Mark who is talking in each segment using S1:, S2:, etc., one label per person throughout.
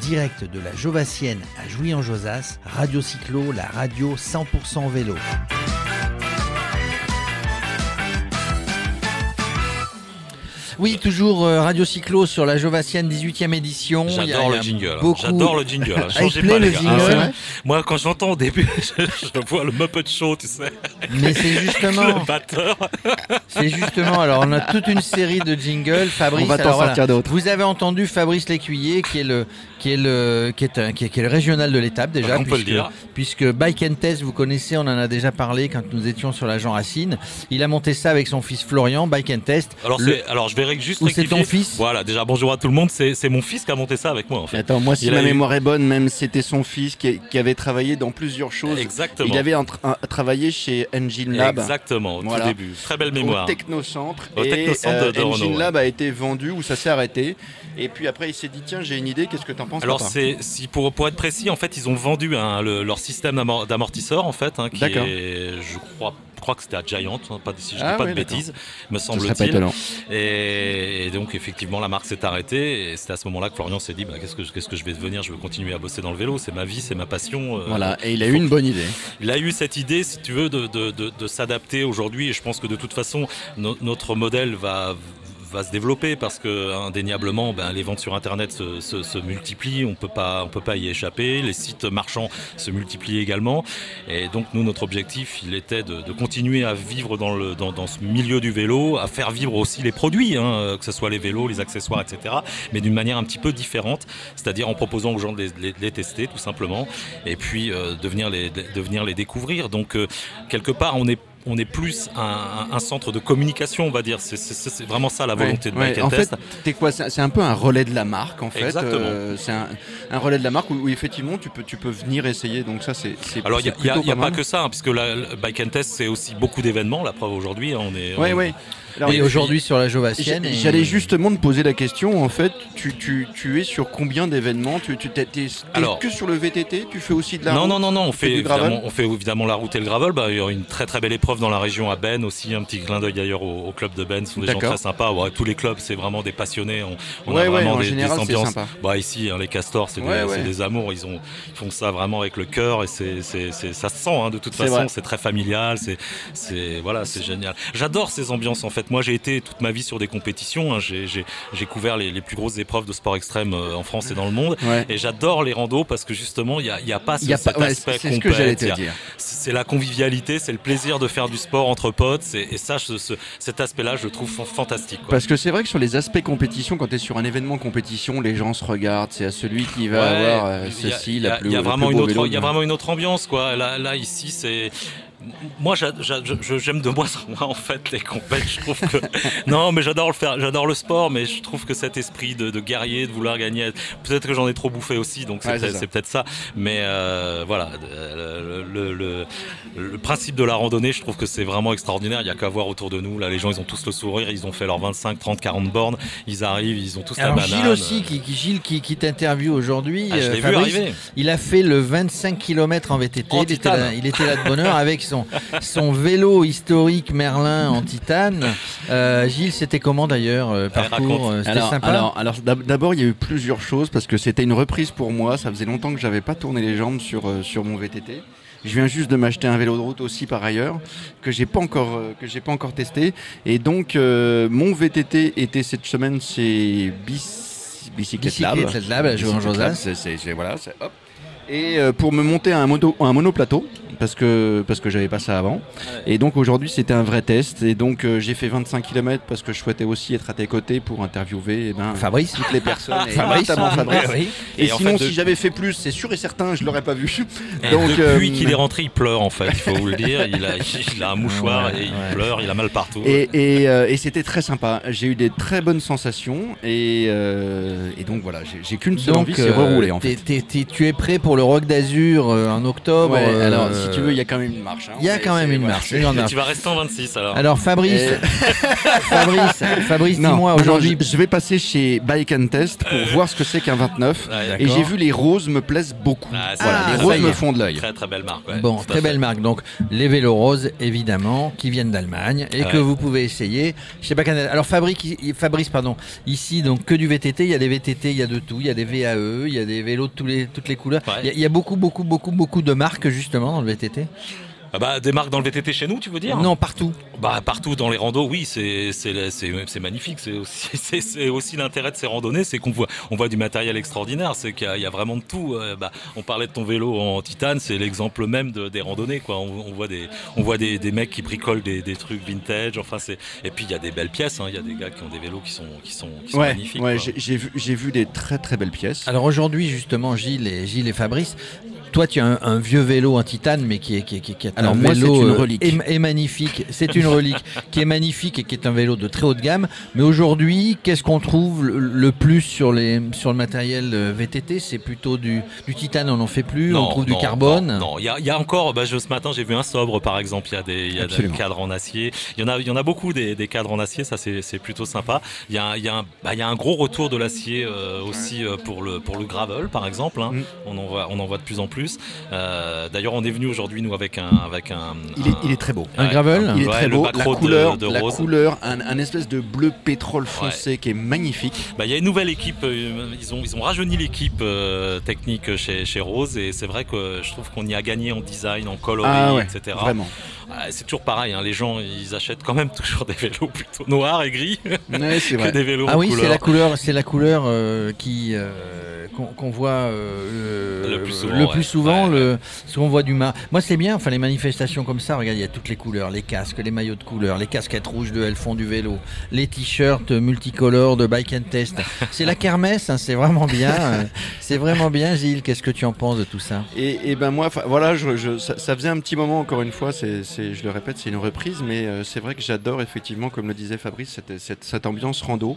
S1: direct de la Jovassienne à Jouy-en-Josas, Radio Cyclo, la radio 100% vélo. Oui, toujours euh, Radio Cyclo sur la Jovassienne 18e édition. Il y a- il y a
S2: J'adore le jingle. hein.
S1: beaucoup-
S2: J'adore le jingle. hein.
S1: Ah, il
S2: Changez
S1: plaît,
S2: pas,
S1: le
S2: les gars. Ah,
S1: jingle,
S2: ouais.
S1: hein.
S2: Moi, quand j'entends au début, je, je vois le Muppet Show, tu sais,
S1: Mais c'est
S2: le
S1: justement,
S2: batteur.
S1: c'est justement. Alors, on a toute une série de jingles. Fabrice,
S3: On va t'en
S1: alors, voilà.
S3: sortir d'autres.
S1: Vous avez entendu Fabrice Lécuyer, qui est le, qui est le, qui est, un- qui est- qui est le régional de l'étape déjà.
S2: Bah, On peut le
S1: puisque-
S2: dire.
S1: Puisque Bike and Test, vous connaissez, on en a déjà parlé quand nous étions sur la Jean Racine. Il a monté ça avec son fils Florian, Bike and Test.
S2: Alors,
S1: Le-
S2: c'est- alors je vais ré- juste
S1: Ou c'est
S2: rectifier.
S1: ton fils
S2: Voilà, déjà, bonjour à tout le monde. C'est c'est mon fils qui a monté ça avec moi, en
S3: Mais
S2: fait.
S3: Attends, moi, si
S2: Il
S3: ma
S2: a eu-
S3: mémoire est bonne, même c'était son fils qui, qui avait travaillé dans plusieurs choses.
S2: Exactement.
S3: Il avait un tra- un- travaillé chez Engine Lab.
S2: Exactement, au
S3: Voilà.
S2: tout début. Très belle
S3: Au
S2: mémoire.
S3: Technocentre.
S2: Au
S3: et euh,
S2: Technocentre de- de
S3: Engine
S2: Renault, ouais.
S3: Lab a été vendu ou ça s'est arrêté. Et puis après, il s'est dit tiens, j'ai une idée, qu'est-ce que t'en penses
S2: Alors
S3: papa
S2: c'est si pour pour être précis en fait ils ont vendu hein, le- leur système d'amor- d'amortisseur en fait hein, qui
S3: D'accord.
S2: est je crois je crois que c'était à Giant hein, pas si je dis
S3: Ah
S2: pas
S3: ouais,
S2: de bêtises me
S3: Ce serait pas
S2: semble-t-il
S3: étonnant.
S2: Et, et donc effectivement la marque s'est arrêtée et c'est à ce moment-là que Florian s'est dit bah, qu'est-ce que qu'est-ce que je vais devenir je veux continuer à bosser dans le vélo c'est ma vie c'est ma passion euh,
S3: Voilà, et il a eu une bonne idée.
S2: il a eu cette idée, si tu veux, de, de- de- de s'adapter aujourd'hui. Et je pense que de toute façon, no- notre modèle va va se développer parce que indéniablement ben, les ventes sur internet se, se- se multiplient on peut pas on peut pas y échapper les sites marchands se multiplient également et donc nous notre objectif il était de, de continuer à vivre dans le dans, dans ce milieu du vélo à faire vivre aussi les produits hein, que ce soit les vélos les accessoires etc mais d'une manière un petit peu différente c'est-à-dire en proposant aux gens de les- de les- de les tester tout simplement et puis euh, de, venir les, de, de venir les découvrir. Donc euh, quelque part, on est on est plus un, un- un centre de communication, on va dire. C'est- C'est c'est- c'est vraiment ça la volonté de
S3: Ouais,
S2: Bike
S3: ouais.
S2: and
S3: En
S2: Test.
S3: fait, t'es quoi C'est c'est un peu un relais de la marque, en fait.
S2: Exactement.
S3: Euh, c'est un, un relais de la marque où, où effectivement, tu peux, tu peux venir essayer. Donc ça, c'est. c'est-
S2: Alors il n'y
S3: c'est
S2: a, y a-
S3: plutôt
S2: y a pas
S3: mal.
S2: que ça, hein, puisque la, le Bike and Test c'est aussi beaucoup d'événements. La preuve aujourd'hui, hein, on est.
S3: Ouais,
S2: on-
S3: ouais. Alors,
S1: Et aujourd'hui sur la Jovassienne.
S3: J'a-
S1: et-
S3: J'allais justement te poser la question, en fait, tu, tu, tu es sur combien d'événements Tu, tu t'es, t'es- t'es
S2: Alors-
S3: que sur le VTT Tu fais aussi de la
S2: Non,
S3: route
S2: non, non, non, on
S3: fais
S2: fait,
S3: du gravel
S2: évidemment, on fait évidemment la route et le gravel. Bah, il y aura une très très belle épreuve dans la région à Ben aussi. Un petit clin d'œil d'ailleurs au, au club de Ben. Ce sont des gens
S3: D'accord.
S2: très sympas. Ouais, tous les clubs, c'est vraiment des passionnés. On, on
S3: Ouais,
S2: a
S3: ouais,
S2: vraiment
S3: en
S2: des,
S3: général,
S2: des
S3: c'est
S2: ambiances.
S3: sympa.
S2: Bah, ici, hein, les castors, c'est
S3: Ouais,
S2: des,
S3: ouais.
S2: c'est des amours. Ils, ont, ils font ça vraiment avec le cœur et c'est, c'est, c'est- ça se sent hein, de toute
S3: C'est
S2: façon.
S3: vrai.
S2: C'est très familial. C'est, c'est, voilà, c'est génial. J'adore ces ambiances en fait. Moi, j'ai été toute ma vie sur des compétitions. hein. J'ai, j'ai, j'ai couvert les, les plus grosses épreuves de sport extrême euh, en France et dans le monde.
S3: Ouais.
S2: Et j'adore les randos parce que justement, il n'y a, il y a pas ce,
S3: Il y a pas-
S2: cet
S3: ouais,
S2: aspect
S3: c'est ce que j'allais te
S2: compète. Il y a-
S3: dire.
S2: C'est la convivialité, c'est le plaisir de faire du sport entre potes. c'est- Et ça, ce- ce- cet aspect-là, je le trouve fan- fantastique. quoi.
S3: Parce que c'est vrai que sur les aspects compétition, quand tu es sur un événement compétition, les gens se regardent. C'est à celui qui va
S2: Ouais,
S3: avoir euh,
S2: il y a-
S3: ceci,
S2: il y a-
S3: la plus
S2: il y a
S3: le
S2: vraiment
S3: plus
S2: une
S3: beau
S2: autre,
S3: vélo.
S2: il y a vraiment une autre ambiance, quoi. Là, là ici, c'est. Moi, j'a- j'a- je- j'aime de moins en moins en fait les compètes. Je trouve que non, mais j'adore le faire, j'adore le sport, mais je trouve que cet esprit de, de guerrier, de vouloir gagner, peut-être que j'en ai trop bouffé aussi, donc c'est
S3: Ouais, c'est
S2: peut-être
S3: ça.
S2: c'est peut-être ça. Mais euh, voilà, euh, le, le- le- le principe de la randonnée, je trouve que c'est vraiment extraordinaire. Il y a qu'à voir autour de nous. Là, les gens, ils ont tous le sourire, ils ont fait leurs 25, 30, 40 bornes, ils arrivent, ils ont tous
S1: Alors,
S2: la banane.
S1: Gilles aussi, qui, qui- Gilles qui, qui t'interviewe aujourd'hui.
S2: Ah, je
S1: euh,
S2: l'ai vu
S1: Fabrice,
S2: arriver.
S1: Il a fait le 25 km en VTT.
S2: En
S1: il, était là,
S2: titane.
S1: il était là de bonne heure avec son, son vélo historique Merlin en titane. Euh, Gilles, c'était comment d'ailleurs euh, parcours
S2: raconte.
S1: euh, C'était
S3: Alors,
S1: sympa.
S3: alors, alors d'ab- d'abord, il y a eu plusieurs choses parce que c'était une reprise pour moi. Ça faisait longtemps que j'avais pas tourné les jambes sur euh, sur mon VTT. Je viens juste de m'acheter un vélo de route aussi par ailleurs que j'ai pas encore euh, que j'ai pas encore testé. Et donc euh, mon VTT était cette semaine c'est bis, bicyclette lab.
S1: Bicyclette Lab à Joan
S3: Bicyclette Lab,
S1: Josas.
S3: c'est- c'est- c'est- voilà, c'est hop. Et euh, pour me monter à un, moto, un monoplateau, parce que, parce que j'avais pas ça avant. Et donc aujourd'hui, c'était un vrai test. Et donc euh, j'ai fait 25 km parce que je souhaitais aussi être à tes côtés pour interviewer eh ben,
S1: Fabrice
S3: toutes les personnes. et
S1: Fabrice,
S3: notamment Fabrice.
S1: Oui.
S3: Et,
S2: Et en
S3: sinon,
S2: fait, de-
S3: si j'avais fait plus, c'est sûr et certain, je l'aurais pas vu.
S2: Et
S3: Donc,
S2: depuis
S3: euh,
S2: qu'il est rentré, il pleure en fait, il faut vous le dire. Il a, il a un mouchoir
S1: Ouais,
S2: et il
S1: ouais.
S2: pleure, il a mal partout.
S3: Et, et, euh, et c'était très sympa. J'ai eu des très bonnes sensations. Et, euh, et donc voilà, j'ai j'ai qu'une seule envie, c'est
S1: euh,
S3: rerouler en fait.
S1: t'es- t'es- t'es- tu es prêt pour le Rock d'Azur euh, en octobre
S3: Ouais,
S1: euh,
S3: alors, si si tu veux, il y a quand même une marche. hein.
S1: Il y a
S3: Mais
S1: quand même
S3: c'est-
S1: une
S3: voilà.
S1: marche. il y en a.
S2: Tu vas rester en 26 alors.
S1: Alors Fabrice,
S3: Et-
S1: Fabrice, Fabrice,
S3: Non,
S1: dis-moi
S3: alors,
S1: aujourd'hui.
S3: je, je vais passer chez Bike and Test pour voir ce que c'est qu'un 29.
S2: Ouais,
S3: et
S1: d'accord.
S3: j'ai vu les roses me plaisent beaucoup.
S2: Ah, c'est
S3: voilà,
S1: vrai,
S3: les
S1: ça
S3: roses
S1: y est.
S3: me font de l'œil.
S2: Très très belle marque. ouais,
S1: bon,
S2: tout à
S1: très
S2: fait.
S1: belle marque. Donc, les vélos roses, évidemment, qui viennent d'Allemagne et que
S2: Ouais.
S1: vous pouvez essayer chez Bacanal. Alors, Fabrique- Fabrice, pardon, ici, donc, que du VTT. Il y a des VTT, il y a de tout. Il y a des VAE, il y a des vélos de tous les, toutes les couleurs.
S2: Ouais.
S1: Il, y a, il y a beaucoup, beaucoup, beaucoup, beaucoup de marques, justement, dans le VTT.
S2: Ah bah, des marques dans le VTT chez nous, tu veux dire
S1: Non, partout.
S2: Bah partout dans les randos, oui, c'est c'est c'est c'est magnifique. C'est aussi c'est- c'est aussi l'intérêt de ces randonnées, c'est qu'on voit on voit du matériel extraordinaire. C'est qu'il y, a- il y a vraiment de tout. Euh, bah, on parlait de ton vélo en titane, c'est l'exemple même de, des randonnées. Quoi, on, on voit des on voit des, des mecs qui bricolent des, des trucs vintage. Enfin c'est et puis il y a des belles pièces. hein. Il y a des gars qui ont des vélos qui sont qui sont, qui sont
S3: Ouais,
S2: magnifiques.
S3: ouais
S2: quoi. Ah.
S3: j'ai- j'ai vu, j'ai vu des très très belles pièces.
S1: Alors, aujourd'hui, justement, Gilles et, Gilles et Fabrice, toi, tu as un, un vieux vélo en titane, mais qui est, qui est, qui est- qui est un
S3: Alors, moi,
S1: vélo
S3: c'est une
S1: euh,
S3: relique.
S1: est- est magnifique. C'est une relique qui est magnifique et qui est un vélo de très haut de gamme. Mais aujourd'hui, qu'est-ce qu'on trouve le, le plus sur, les, sur le matériel euh, VTT C'est plutôt du, du titane, on n'en fait plus, on trouve du carbone.
S2: Non, non. il y a, il y a encore. Bah, je, ce matin, j'ai vu un sobre, par exemple. Il y a des, il y a des
S3: Absolument.
S2: cadres en acier. Il y en a, il y en a beaucoup des, des cadres en acier. Ça, c'est c'est plutôt sympa. Il y a, un- il y a un, bah, il y a un gros retour de l'acier euh, aussi euh, pour le pour le gravel, par exemple. hein.
S3: Mm.
S2: On en voit, on en voit de plus en plus. Euh, D'ailleurs, on est venu aujourd'hui nous avec un, avec un.
S3: Il est,
S2: un-
S3: il est très beau.
S1: Un
S2: ouais,
S1: gravel
S3: Il est
S2: Ouais,
S3: très
S2: le
S3: beau. La
S2: macro de-
S3: couleur,
S2: de
S3: la
S2: rose.
S3: couleur, un, un espèce de bleu pétrole foncé qui est magnifique.
S2: Bah, il y a une nouvelle équipe. euh, Ils ont, ils ont rajeuni l'équipe euh, technique chez, chez Rose et c'est vrai que je trouve qu'on y a gagné en design, en coloris,
S3: Ah ouais,
S2: etc.
S3: Vraiment.
S2: Ah, c'est toujours pareil, hein, les gens ils achètent quand même toujours des vélos plutôt noirs et gris
S3: Ouais, c'est
S2: que
S3: vrai.
S2: des vélos
S1: Ah
S2: en
S1: oui, c'est
S2: couleur.
S1: la couleur, c'est la couleur euh, qui euh, qu'on qu'on voit euh,
S2: Le plus souvent,
S1: le
S2: ouais.
S1: plus souvent,
S2: Ouais,
S1: le- souvent on voit du mar. Moi c'est bien, enfin les manifestations comme ça, regarde, il y a toutes les couleurs, les casques, les maillots de couleur, les casquettes rouges de elles font du vélo, les t-shirts multicolores de Bike and Test. C'est la kermesse, hein, c'est vraiment bien, euh, c'est vraiment bien, Gilles. Qu'est-ce que tu en penses de tout ça
S3: Et, et ben moi, enfin, voilà, je, je- ça, ça faisait un petit moment encore une fois. C'est, c'est- je le répète, c'est une reprise, mais euh, c'est vrai que j'adore effectivement, comme le disait Fabrice, cette, cette- cette ambiance rando,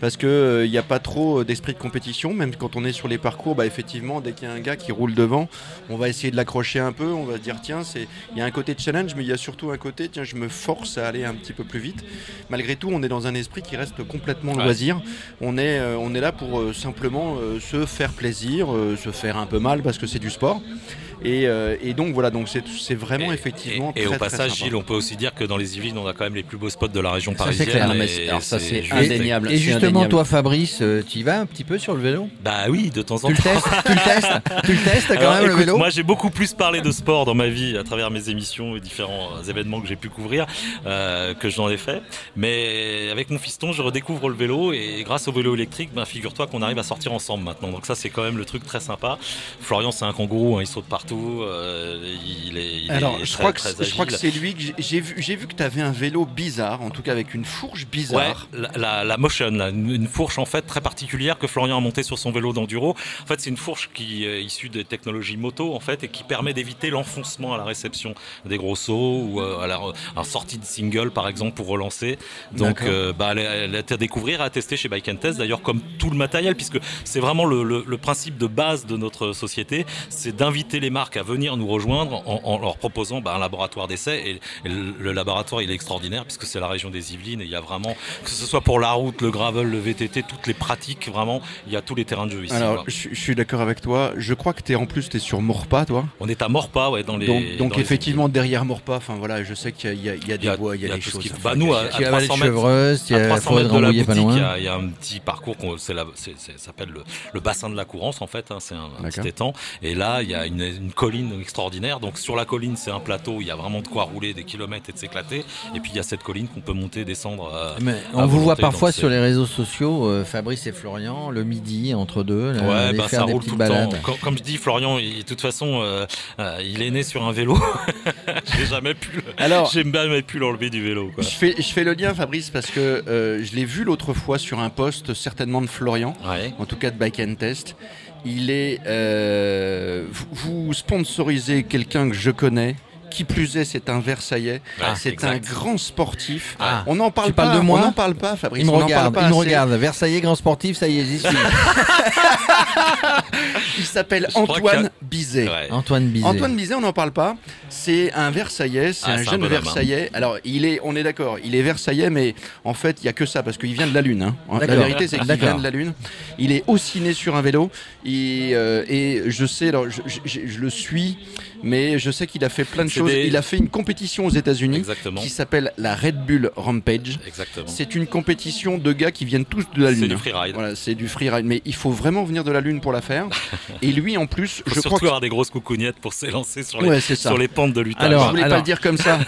S3: parce que euh, il n'y a pas trop euh, d'esprit de compétition. Même quand on est sur les parcours, bah effectivement, dès qu'il y a un gars qui roule devant, on va essayer de l'accrocher un peu. On va se dire tiens, c'est, il y a un côté challenge, mais il y a surtout un côté tiens, je me force à aller un petit peu plus vite. Malgré tout, on est dans un esprit qui reste complètement
S2: Ouais.
S3: loisir. On est, euh, on est là pour euh, simplement euh, se faire plaisir, euh, se faire un peu mal parce que c'est du sport. Et, euh, et donc voilà, donc c'est c'est vraiment
S2: Et-
S3: effectivement
S2: Et, et
S3: très,
S2: au
S3: très
S2: passage,
S3: sympa.
S2: Gilles, on peut aussi dire que dans les Yvelines, on a quand même les plus beaux spots de la région
S1: Ça, c'est
S2: parisienne.
S1: clair.
S2: et
S1: Ah,
S3: mais c'est- alors ça, c'est
S2: juste-
S3: indéniable.
S1: Et
S3: c'est
S1: justement,
S3: indéniable.
S1: toi, Fabrice, euh, tu y vas un petit peu sur le vélo
S2: Bah oui, de temps en
S1: Tu le
S2: temps.
S1: testes Tu le testes Tu le testes quand
S2: Alors,
S1: même le
S2: écoute,
S1: vélo
S2: Moi, j'ai beaucoup plus parlé de sport dans ma vie à travers mes émissions et différents euh, événements que j'ai pu couvrir euh, que j'en ai fait. Mais avec mon fiston, je redécouvre le vélo et grâce au vélo électrique, ben, figure-toi qu'on arrive à sortir ensemble maintenant. Donc ça, c'est quand même le truc très sympa. Florian, c'est un kangourou, hein, il saute partout. euh, il est, il
S3: Alors,
S2: est
S3: je
S2: très,
S3: crois, que,
S2: très
S3: je crois que
S2: agile.
S3: c'est lui que j'ai- j'ai vu. J'ai vu que tu avais un vélo bizarre, en tout cas avec une fourche
S2: Ouais,
S3: bizarre.
S2: la, la- la motion, là, une, une fourche en fait très particulière que Florian a montée sur son vélo d'enduro. En fait, c'est une fourche qui est issue des technologies moto en fait et qui permet d'éviter l'enfoncement à la réception des gros sauts ou euh, à la re- en sortie de single par exemple pour relancer. Donc,
S3: D'accord.
S2: euh, bah, elle, elle est à découvrir, à tester chez Bike and Test d'ailleurs comme tout le matériel puisque c'est vraiment le, le- le principe de base de notre société, c'est d'inviter les marques à venir nous rejoindre en, en leur proposant bah, un laboratoire d'essai. Et, et le, le laboratoire, il est extraordinaire puisque c'est la région des Yvelines et il y a vraiment, que ce soit pour la route, le gravel, le VTT, toutes les pratiques, vraiment, il y a tous les terrains de jeu ici. quoi.
S3: Alors, je, je suis d'accord avec toi. Je crois que tu es en plus, tu es sur Morpa, toi.
S2: On est à Morpa, ouais, dans les.
S3: donc, donc
S2: dans les
S3: effectivement, derrière Morpa, enfin voilà, je sais qu'il y a- il y, a- il y
S2: Il
S3: a
S2: y
S3: des
S2: a-
S3: bois, il y a
S2: il y a
S3: des
S2: tout ce
S3: choses.
S2: qui-
S3: enfin,
S2: bah, nous,
S3: il y a-
S2: à-
S1: Tu vas aller
S2: 300 mètres-
S1: Chevreuse, tu
S2: à
S1: as
S2: 300
S1: Forêt de
S2: mètres de la
S1: Rambouillet
S2: boutique,
S1: pas
S2: il y,
S1: loin.
S2: a- il y a un petit parcours qu'on c'est la- c'est- c'est- ça s'appelle le, le bassin de la Courance en fait. hein, c'est un, un
S3: D'accord.
S2: petit étang. Et là, il y a une, une colline extraordinaire. Donc sur la colline, c'est un plateau. Il y a vraiment de quoi rouler des kilomètres et de s'éclater. Et puis il y a cette colline qu'on peut monter, descendre. euh,
S1: Mais on
S2: à
S1: vous
S2: volonté,
S1: voit
S2: donc
S1: parfois
S2: c'est-
S1: sur les réseaux sociaux, euh, Fabrice et Florian, le midi, entre deux, là,
S2: Ouais,
S1: Euh, aller
S2: bah, ça
S1: faire des
S2: roule
S1: petites
S2: tout le
S1: balades.
S2: temps. Comme, comme je dis, Florian, il- de toute façon, euh, euh, il est né sur un vélo. j'ai jamais pu, le-
S3: Alors,
S2: j'ai jamais pu l'enlever du vélo. Quoi.
S3: je fais, je fais le lien, Fabrice, parce que euh, je l'ai vu l'autre fois sur un poste, certainement de Florian.
S2: Ouais.
S3: en tout cas de Bike and Test. Il est. euh, vous vous sponsorisez quelqu'un que je connais, qui plus est, c'est un Versaillais.
S2: Ah,
S3: c'est un
S2: exact.
S3: grand sportif.
S1: Ah.
S3: On n'en parle
S1: Tu
S3: pas.
S1: parles de moi
S3: on n'en parle pas, Fabrice.
S1: Il me
S3: on en
S1: regarde,
S3: parle pas
S1: il me
S3: assez.
S1: regarde. Versaillais, grand sportif, ça y est, j'y suis.
S3: Il s'appelle
S2: Je crois
S3: Antoine Bizet.
S2: Ouais.
S1: Antoine Bizet.
S3: Antoine Bizet, on n'en parle pas. C'est un Versaillais, c'est
S2: Ah,
S3: un
S2: c'est un
S3: jeune
S2: bonhomme, hein.
S3: Versaillais. Alors, il est, on est d'accord, il est Versaillais, mais en fait, il y a que ça parce qu'il vient de la Lune. hein. La
S1: D'accord.
S3: vérité, c'est qu'il
S1: D'accord.
S3: vient de la Lune. Il est aussi né sur un vélo. Il, euh, et je sais, alors, je, je- je- je le suis, mais je sais qu'il a fait plein de
S2: C'est
S3: choses.
S2: des-
S3: Il a fait une compétition aux États-Unis
S2: Exactement.
S3: qui s'appelle la Red Bull Rampage.
S2: Exactement.
S3: C'est une compétition de gars qui viennent tous de la Lune.
S2: C'est du freeride.
S3: Voilà, c'est du freeride, mais il faut vraiment venir de la Lune pour la faire. Et lui, en plus,
S2: Faut
S3: je
S2: surtout
S3: crois que
S2: avoir des grosses coucougnettes pour s'élancer sur les,
S3: Ouais, c'est ça.
S2: sur les pentes de l'Utah.
S1: Alors,
S3: je voulais pas le dire comme ça.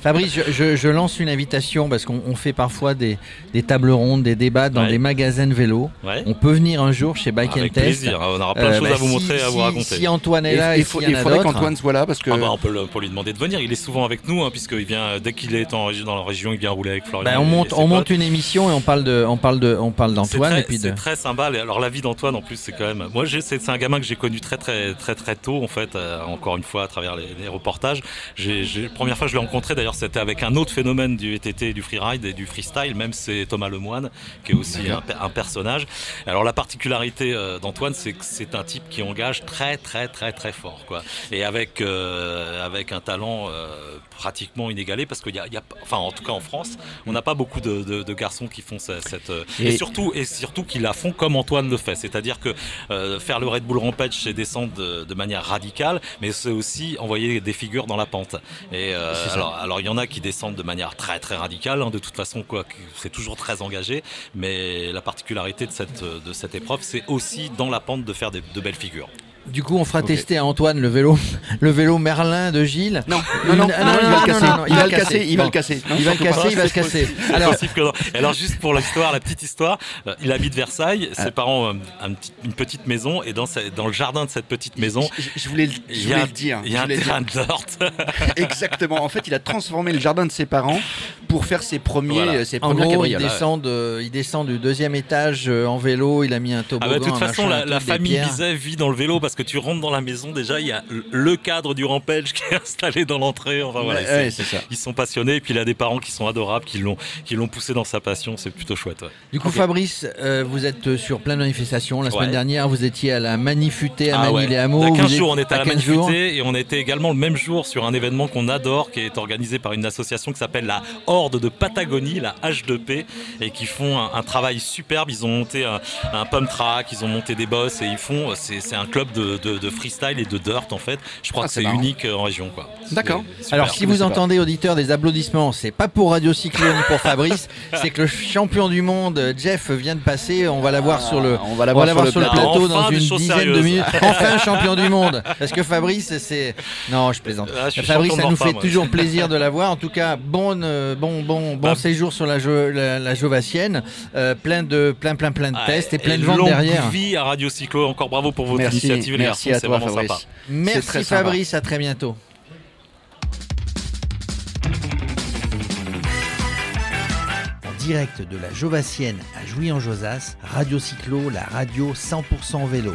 S1: Fabrice, je, je- je lance une invitation parce qu'on on fait parfois des, des tables rondes, des débats dans
S2: Ouais.
S1: des magasins de vélo.
S2: Ouais.
S1: On peut venir un jour chez Bike
S2: Avec
S1: and Test.
S2: plaisir. On aura plein de
S1: Euh,
S2: choses
S1: bah,
S2: à vous
S1: si-
S2: montrer, à vous
S1: si-
S2: raconter.
S1: Si Antoine est là et,
S3: il, faut-
S1: s'il y
S3: il
S1: en a
S3: faudrait
S1: d'autres.
S3: qu'Antoine soit là parce que
S2: Ah bah, on peut, le- peut lui demander de venir. Il est souvent avec nous, hein, puisqu'il vient euh, dès qu'il est en, régi- dans la région, il vient rouler avec Florian.
S1: Bah, on
S2: et- et
S1: monte,
S2: ses
S1: on monte
S2: potes.
S1: une émission et on parle de, on parle de, on parle
S2: C'est
S1: d'Antoine
S2: très-
S1: et puis de.
S2: C'est très sympa. Et Alors la vie d'Antoine en plus c'est quand même. Moi j'ai- c'est c'est un gamin que j'ai connu très très très très tôt en fait. euh, encore une fois à travers les, les reportages. J'ai j'ai- première fois que je l'ai rencontré d'ailleurs c'était avec un autre phénomène du VTT, du freeride et du freestyle. Même c'est Thomas Lemoine qui est aussi un,
S3: D'accord.
S2: pe- un personnage. Alors la particularité euh, d'Antoine c'est que c'est un type qui engage très très très très fort quoi. Et avec euh, avec un talent euh, pratiquement inégalé parce qu'il y a, il y a pas- enfin en tout cas en France on n'a pas beaucoup de, de- de garçons qui font ce- cette euh, et,
S1: Et-
S2: surtout et surtout qui la font comme Antoine le fait, c'est-à-dire que euh, faire le Red Bull Rampage c'est descendre de, de manière radicale, mais c'est aussi envoyer des figures dans la pente. Et euh,
S1: C'est ça.
S2: alors alors il y en a qui descendent de manière très très radicale, hein, de toute façon quoi, que c'est toujours très engagé, mais la particularité de cette euh, de cette épreuve c'est aussi dans la pente de faire des- de belles figures.
S1: Du coup, on fera
S3: Ok.
S1: tester à Antoine le vélo, le vélo Merlin de Gilles.
S3: non, non, non, non,
S1: Ah,
S3: il va le casser,
S1: non, non,
S3: il va le casser, il va le casser.
S1: Il va le casser, il va
S2: pas.
S1: se casser.
S2: C'est
S1: Alors,
S2: possible que non. Et Alors juste pour l'histoire, la petite histoire, euh, il habite Versailles,
S1: Ah.
S2: ses parents ont un- un petit- une petite maison et dans, sa- dans le jardin de cette petite maison,
S3: Je, je voulais, le- je
S2: Il y
S3: voulais
S2: a-
S3: le dire.
S2: il y a
S3: je
S2: un
S3: voulais le
S2: terrain de l'horte.
S3: dire. Exactement. En fait, il a transformé le jardin de ses parents pour faire ses premiers,
S2: Voilà.
S3: euh, ses
S1: en
S3: premières
S1: gros, il
S3: cabrioles.
S1: descend, de- il descend du deuxième étage euh, en vélo. Il a mis un
S2: Ah
S1: toboggan.
S2: bah, de toute
S1: un
S2: façon,
S1: machin,
S2: la,
S1: un truc,
S2: la
S1: des
S2: famille
S1: pierres.
S2: Bizet vit dans le vélo parce que tu rentres dans la maison, déjà, il y a le- le cadre du rampage qui est installé dans l'entrée. Enfin, voilà,
S3: Ouais,
S2: c'est-
S3: ouais, c'est ça.
S2: Ils sont passionnés et puis il a des parents qui sont adorables, qui l'ont, qui l'ont poussé dans sa passion. C'est plutôt chouette. ouais.
S1: Du coup,
S3: Ok.
S1: Fabrice, euh, vous êtes sur plein de manifestations. La semaine
S2: Ouais.
S1: dernière, vous étiez à la Manifutée à
S2: Ah ouais.
S1: Manille et Hameaux.
S2: Il y a
S1: Vous
S2: 15
S1: êtes-
S2: jours, on était à la
S1: 15 jours.
S2: manifestée et on était également le même jour sur un événement qu'on adore, qui est organisé par une association qui s'appelle la Horde de Patagonie, la H2P, et qui font un, un travail superbe. Ils ont monté un, un pump track, ils ont monté des boss et ils font. C'est c'est un club de, de- de freestyle et de dirt en fait. Je crois
S3: Ah,
S2: que
S3: c'est
S2: c'est
S3: marrant.
S2: unique euh, en région, quoi. C'est
S3: D'accord.
S2: super.
S1: Alors, si
S3: je
S1: vous
S3: sais pas.
S1: entendez, auditeurs, des applaudissements, c'est pas pour Radio Cyclo ni pour Fabrice, c'est que le champion du monde, euh, Jeff, vient de passer. On va l'avoir sur le. Ah,
S3: on va
S1: On va
S3: l'avoir
S1: l'avoir sur le
S2: plateau.
S1: plateau
S2: Enfin,
S1: dans
S2: des
S1: une
S2: choses
S1: dizaine de
S2: sérieuses.
S1: minutes. Enfin champion du monde. Parce que Fabrice, c'est... Non, je plaisante.
S2: Ah, je suis
S1: Fabrice,
S2: champion
S1: ça nous
S2: d'enfant,
S1: fait
S2: moi.
S1: toujours plaisir de l'avoir. En tout cas, bon, euh, bon, bon, bon
S2: Bah.
S1: séjour sur la, jo- la, la Jovassienne. Euh, plein de, plein, plein, plein de
S2: Ah,
S1: tests et plein de
S2: longue
S1: ventes derrière.
S2: vie à Radio Cyclo. Encore bravo pour votre
S3: Merci,
S2: initiative, les
S3: merci
S2: garçons.
S3: à
S2: C'est
S3: toi,
S2: vraiment
S3: Fabrice.
S2: sympa.
S1: Merci
S3: très sympa.
S1: Fabrice, à très bientôt. En direct de la Jovassienne à Jouy-en-Josas, Radio Cyclo, la radio 100% vélo.